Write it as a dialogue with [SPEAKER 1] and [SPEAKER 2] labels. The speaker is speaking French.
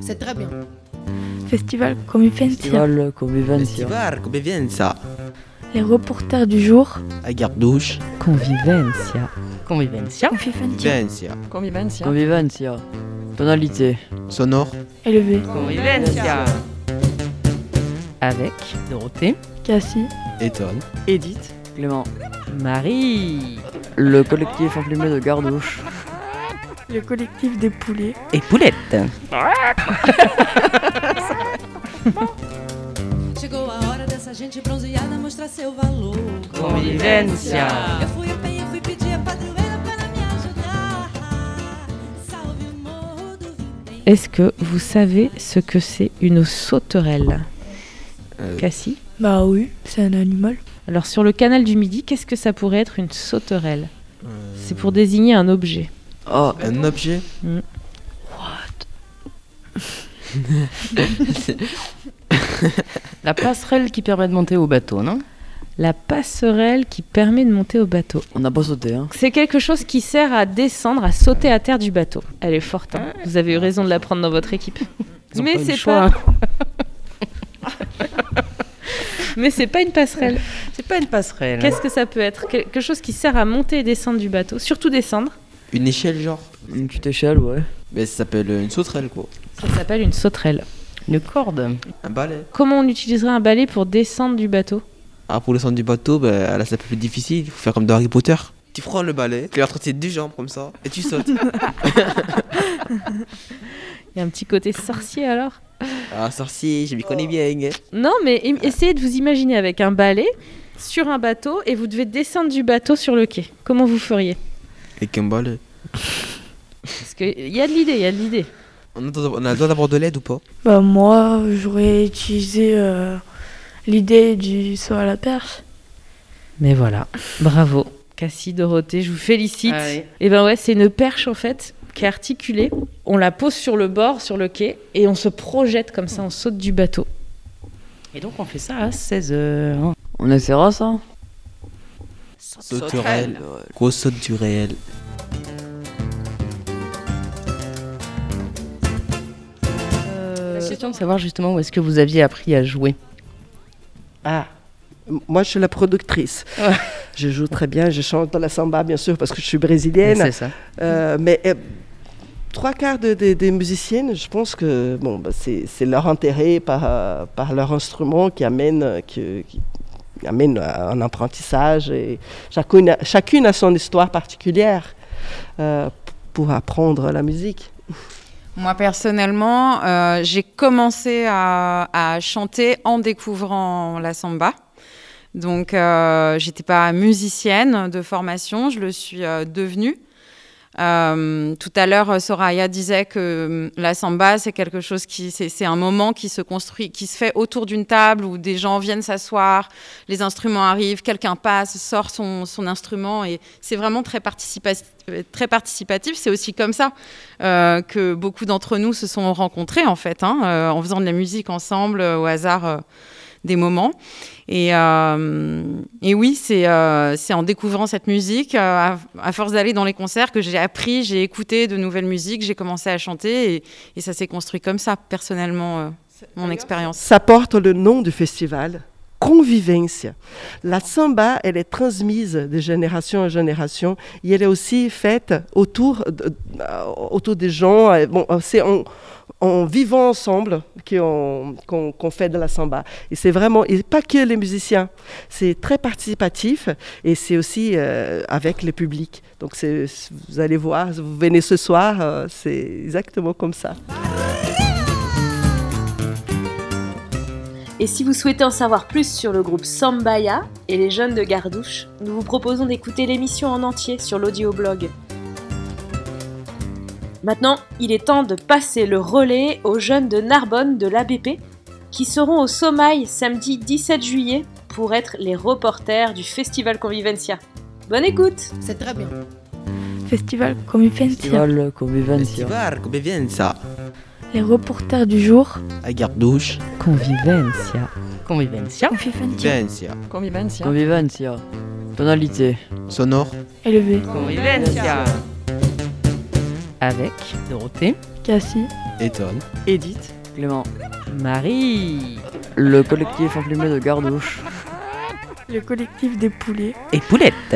[SPEAKER 1] C'est très bien.
[SPEAKER 2] Festival Convivencia.
[SPEAKER 3] Festival Convivencia.
[SPEAKER 4] Festival, convivenza.
[SPEAKER 2] Les reporters du jour.
[SPEAKER 4] Agardouche,
[SPEAKER 3] Convivencia.
[SPEAKER 5] Convivencia.
[SPEAKER 2] Convivencia.
[SPEAKER 4] vivencia.
[SPEAKER 6] Convivencia.
[SPEAKER 3] Convivencia. Tonalité.
[SPEAKER 4] Sonore,
[SPEAKER 2] Élevé.
[SPEAKER 5] Convivencia. Avec Dorothée,
[SPEAKER 2] Cassie.
[SPEAKER 4] étonne.
[SPEAKER 6] Edith.
[SPEAKER 3] Clément.
[SPEAKER 5] Marie
[SPEAKER 3] Le collectif enflumé de Gardouche.
[SPEAKER 2] Le collectif des poulets.
[SPEAKER 5] et Poulette.
[SPEAKER 7] Chegou a hora dessa gente bronzeada mostrar seu valor.
[SPEAKER 5] Convivência.
[SPEAKER 7] Eu fui a penha, fui pedir a padroeira para me ajudar. Salve o morro do Vintém.
[SPEAKER 8] Est-ce que vous savez ce que c'est une sauterelle
[SPEAKER 4] Euh.
[SPEAKER 8] Cassie
[SPEAKER 2] Bah oui, c'est un animal.
[SPEAKER 8] Alors sur le canal du Midi, qu'est-ce que ça pourrait être une sauterelle
[SPEAKER 5] Euh.
[SPEAKER 8] C'est pour désigner un objet.
[SPEAKER 3] Oh,
[SPEAKER 4] Un objet
[SPEAKER 8] Mm.
[SPEAKER 4] What
[SPEAKER 5] La passerelle qui permet de monter au bateau, non
[SPEAKER 8] La passerelle qui permet de monter au bateau.
[SPEAKER 3] on n'a pas sauté, hein.
[SPEAKER 8] C'est quelque chose qui sert à descendre, à sauter à terre du bateau. Elle est forte. hein. Vous avez eu raison de la prendre dans votre équipe.
[SPEAKER 5] Ah. Ils ont
[SPEAKER 8] Mais
[SPEAKER 5] pas eu le
[SPEAKER 8] c'est
[SPEAKER 5] choix. hein.
[SPEAKER 8] pas. Mais c'est pas une passerelle.
[SPEAKER 5] C'est pas une passerelle.
[SPEAKER 8] Qu'est-ce que ça peut être Quelque chose qui sert à monter et descendre du bateau, surtout descendre.
[SPEAKER 4] Une échelle, genre
[SPEAKER 3] Une petite échelle, ouais.
[SPEAKER 4] Mais ça s'appelle une sauterelle, quoi.
[SPEAKER 8] Ça s'appelle une sauterelle.
[SPEAKER 5] Une corde.
[SPEAKER 4] Un balai.
[SPEAKER 8] Comment on utiliserait un balai pour descendre du bateau
[SPEAKER 4] Ah, pour descendre du bateau, bah, là, ça peut plus difficile. Il faut faire comme dans Harry Potter. Tu prends le balai, tu l'entretiens deux jambes comme ça, et tu sautes.
[SPEAKER 8] Il y a un petit côté sorcier alors
[SPEAKER 4] ah, sorcier, je m'y connais bien. hein.
[SPEAKER 8] Non, mais im- essayez de vous imaginer avec un balai sur un bateau et vous devez descendre du bateau sur le quai. Comment vous feriez
[SPEAKER 4] Et qu'un balai.
[SPEAKER 8] Parce qu'il y a de l'idée, il y a de l'idée.
[SPEAKER 4] On a, on a le droit d'avoir de l'aide ou pas
[SPEAKER 2] Bah moi, j'aurais utilisé euh, l'idée du saut à la perche.
[SPEAKER 8] Mais voilà, bravo. Cassie, Dorothée, je vous félicite.
[SPEAKER 5] Allez.
[SPEAKER 8] Et ben ouais, c'est une perche en fait qui est articulée. On la pose sur le bord, sur le quai, et on se projette comme ça, on saute du bateau.
[SPEAKER 5] Et donc on fait ça à hein. 16h.
[SPEAKER 3] On essaiera ça
[SPEAKER 4] Sauterelle. Gros saute du réel.
[SPEAKER 5] La question Euh, de savoir justement où est-ce que vous aviez appris à jouer.
[SPEAKER 6] Ah. M- Moi, je suis la productrice.
[SPEAKER 5] Ouais.
[SPEAKER 6] Je joue très bien, je chante dans la samba, bien sûr, parce que je suis brésilienne.
[SPEAKER 5] C'est ça.
[SPEAKER 6] Euh, mais euh, trois quarts de- de- des musiciennes, je pense que bon, bah, c'est c'est leur intérêt par, euh, par leur instrument qui amène, euh, qui, qui amène à un apprentissage. Et chacune, a, chacune a son histoire particulière euh, p- pour apprendre la musique.
[SPEAKER 9] Moi, personnellement, euh, j'ai commencé à, à chanter en découvrant la samba. Donc, euh, j'étais pas musicienne de formation, je le suis euh, devenue. Euh, tout à l'heure, Soraya disait que euh, la samba, c'est quelque chose qui, c'est c'est un moment qui se construit, qui se fait autour d'une table où des gens viennent s'asseoir, les instruments arrivent, quelqu'un passe, sort son, son instrument et c'est vraiment très, participa- très participatif. C'est aussi comme ça euh, que beaucoup d'entre nous se sont rencontrés en fait, hein, euh, en faisant de la musique ensemble euh, au hasard euh, des moments. Et, euh, et oui, c'est euh, c'est en découvrant cette musique, euh, à, à force d'aller dans les concerts, que j'ai appris, j'ai écouté de nouvelles musiques, j'ai commencé à chanter et, et ça s'est construit comme ça, personnellement, euh, mon expérience.
[SPEAKER 6] Ça porte le nom du festival, Convivencia. La samba, elle est transmise de génération en génération et elle est aussi faite autour, de- euh, autour des gens. Et Bon, euh, c'est en, en vivant ensemble qu'on qu'on- qu'on fait de la samba. Et c'est vraiment, et pas que les musiciens, c'est très participatif et c'est aussi euh, avec le public. Donc c'est- vous allez voir, vous venez ce soir, euh, c'est exactement comme ça.
[SPEAKER 10] Et si vous souhaitez en savoir plus sur le groupe Sambaya et les jeunes de Gardouche, nous vous proposons d'écouter l'émission en entier sur l'audioblog. Maintenant, il est temps de passer le relais aux jeunes de Narbonne de l'ABP qui seront au Somail samedi 17 juillet pour être les reporters du Festival Convivencia. Bonne écoute
[SPEAKER 1] C'est très bien.
[SPEAKER 2] Festival Convivencia.
[SPEAKER 3] Festival Convivencia.
[SPEAKER 4] Festival, convivenza.
[SPEAKER 2] Les reporters du jour.
[SPEAKER 4] Agardouche,
[SPEAKER 3] Convivencia.
[SPEAKER 2] Convivencia.
[SPEAKER 5] Convivencia.
[SPEAKER 4] vivencia.
[SPEAKER 6] Convivencia.
[SPEAKER 3] Convivencia. Tonalité.
[SPEAKER 4] Sonore,
[SPEAKER 2] Élevé.
[SPEAKER 5] Convivencia. Avec Dorothée,
[SPEAKER 2] Cassie,
[SPEAKER 4] Étonne.
[SPEAKER 6] Edith.
[SPEAKER 3] Clément.
[SPEAKER 5] Marie
[SPEAKER 3] Le collectif enflumé de Gardouche.
[SPEAKER 2] le collectif des poulets,
[SPEAKER 5] et Poulette.